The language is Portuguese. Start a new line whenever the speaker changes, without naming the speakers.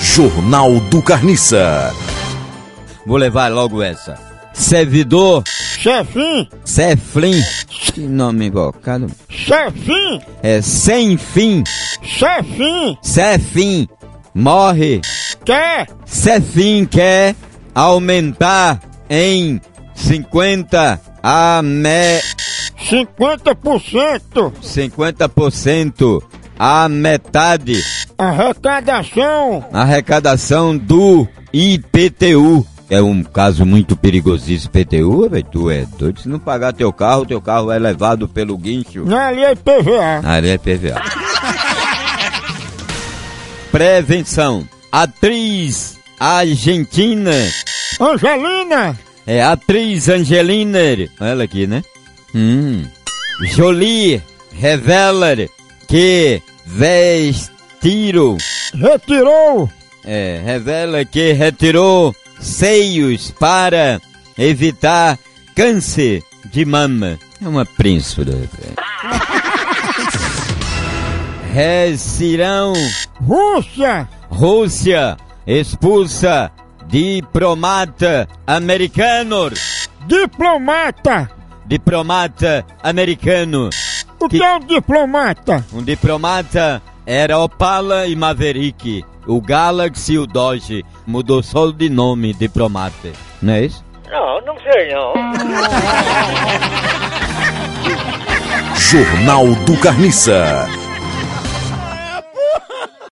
Jornal do Carniça.
Vou levar logo essa. Servidor
Chefim,
Ceflim. Que nome invocado.
chefim,
É sem fim.
chefim,
Cefim. Morre.
quer,
Cefim quer aumentar em 50 a me...
50%.
50% a metade
Arrecadação,
a arrecadação do IPTU. É um caso muito perigosíssimo, IPTU, velho. Tu é doido. Se não pagar teu carro, teu carro é levado pelo guincho.
na lei PVA.
Na área é PVA. Prevenção. Atriz argentina.
Angelina,
É atriz Angelina. Ela aqui, né? Hum. Jolie revela que vestiram.
retirou,
É, revela que retirou seios para evitar câncer de mama. É uma príncipura. velho. Recirão,
Rússia,
Rússia, expulsa diplomata americano.
diplomata.
Diplomata americano.
O que, é um diplomata?
Um diplomata era Opala e Maverick. O Galaxy e o Dodge mudou só de nome, diplomata. Não é isso?
Não, não sei não.
Jornal do Carniça.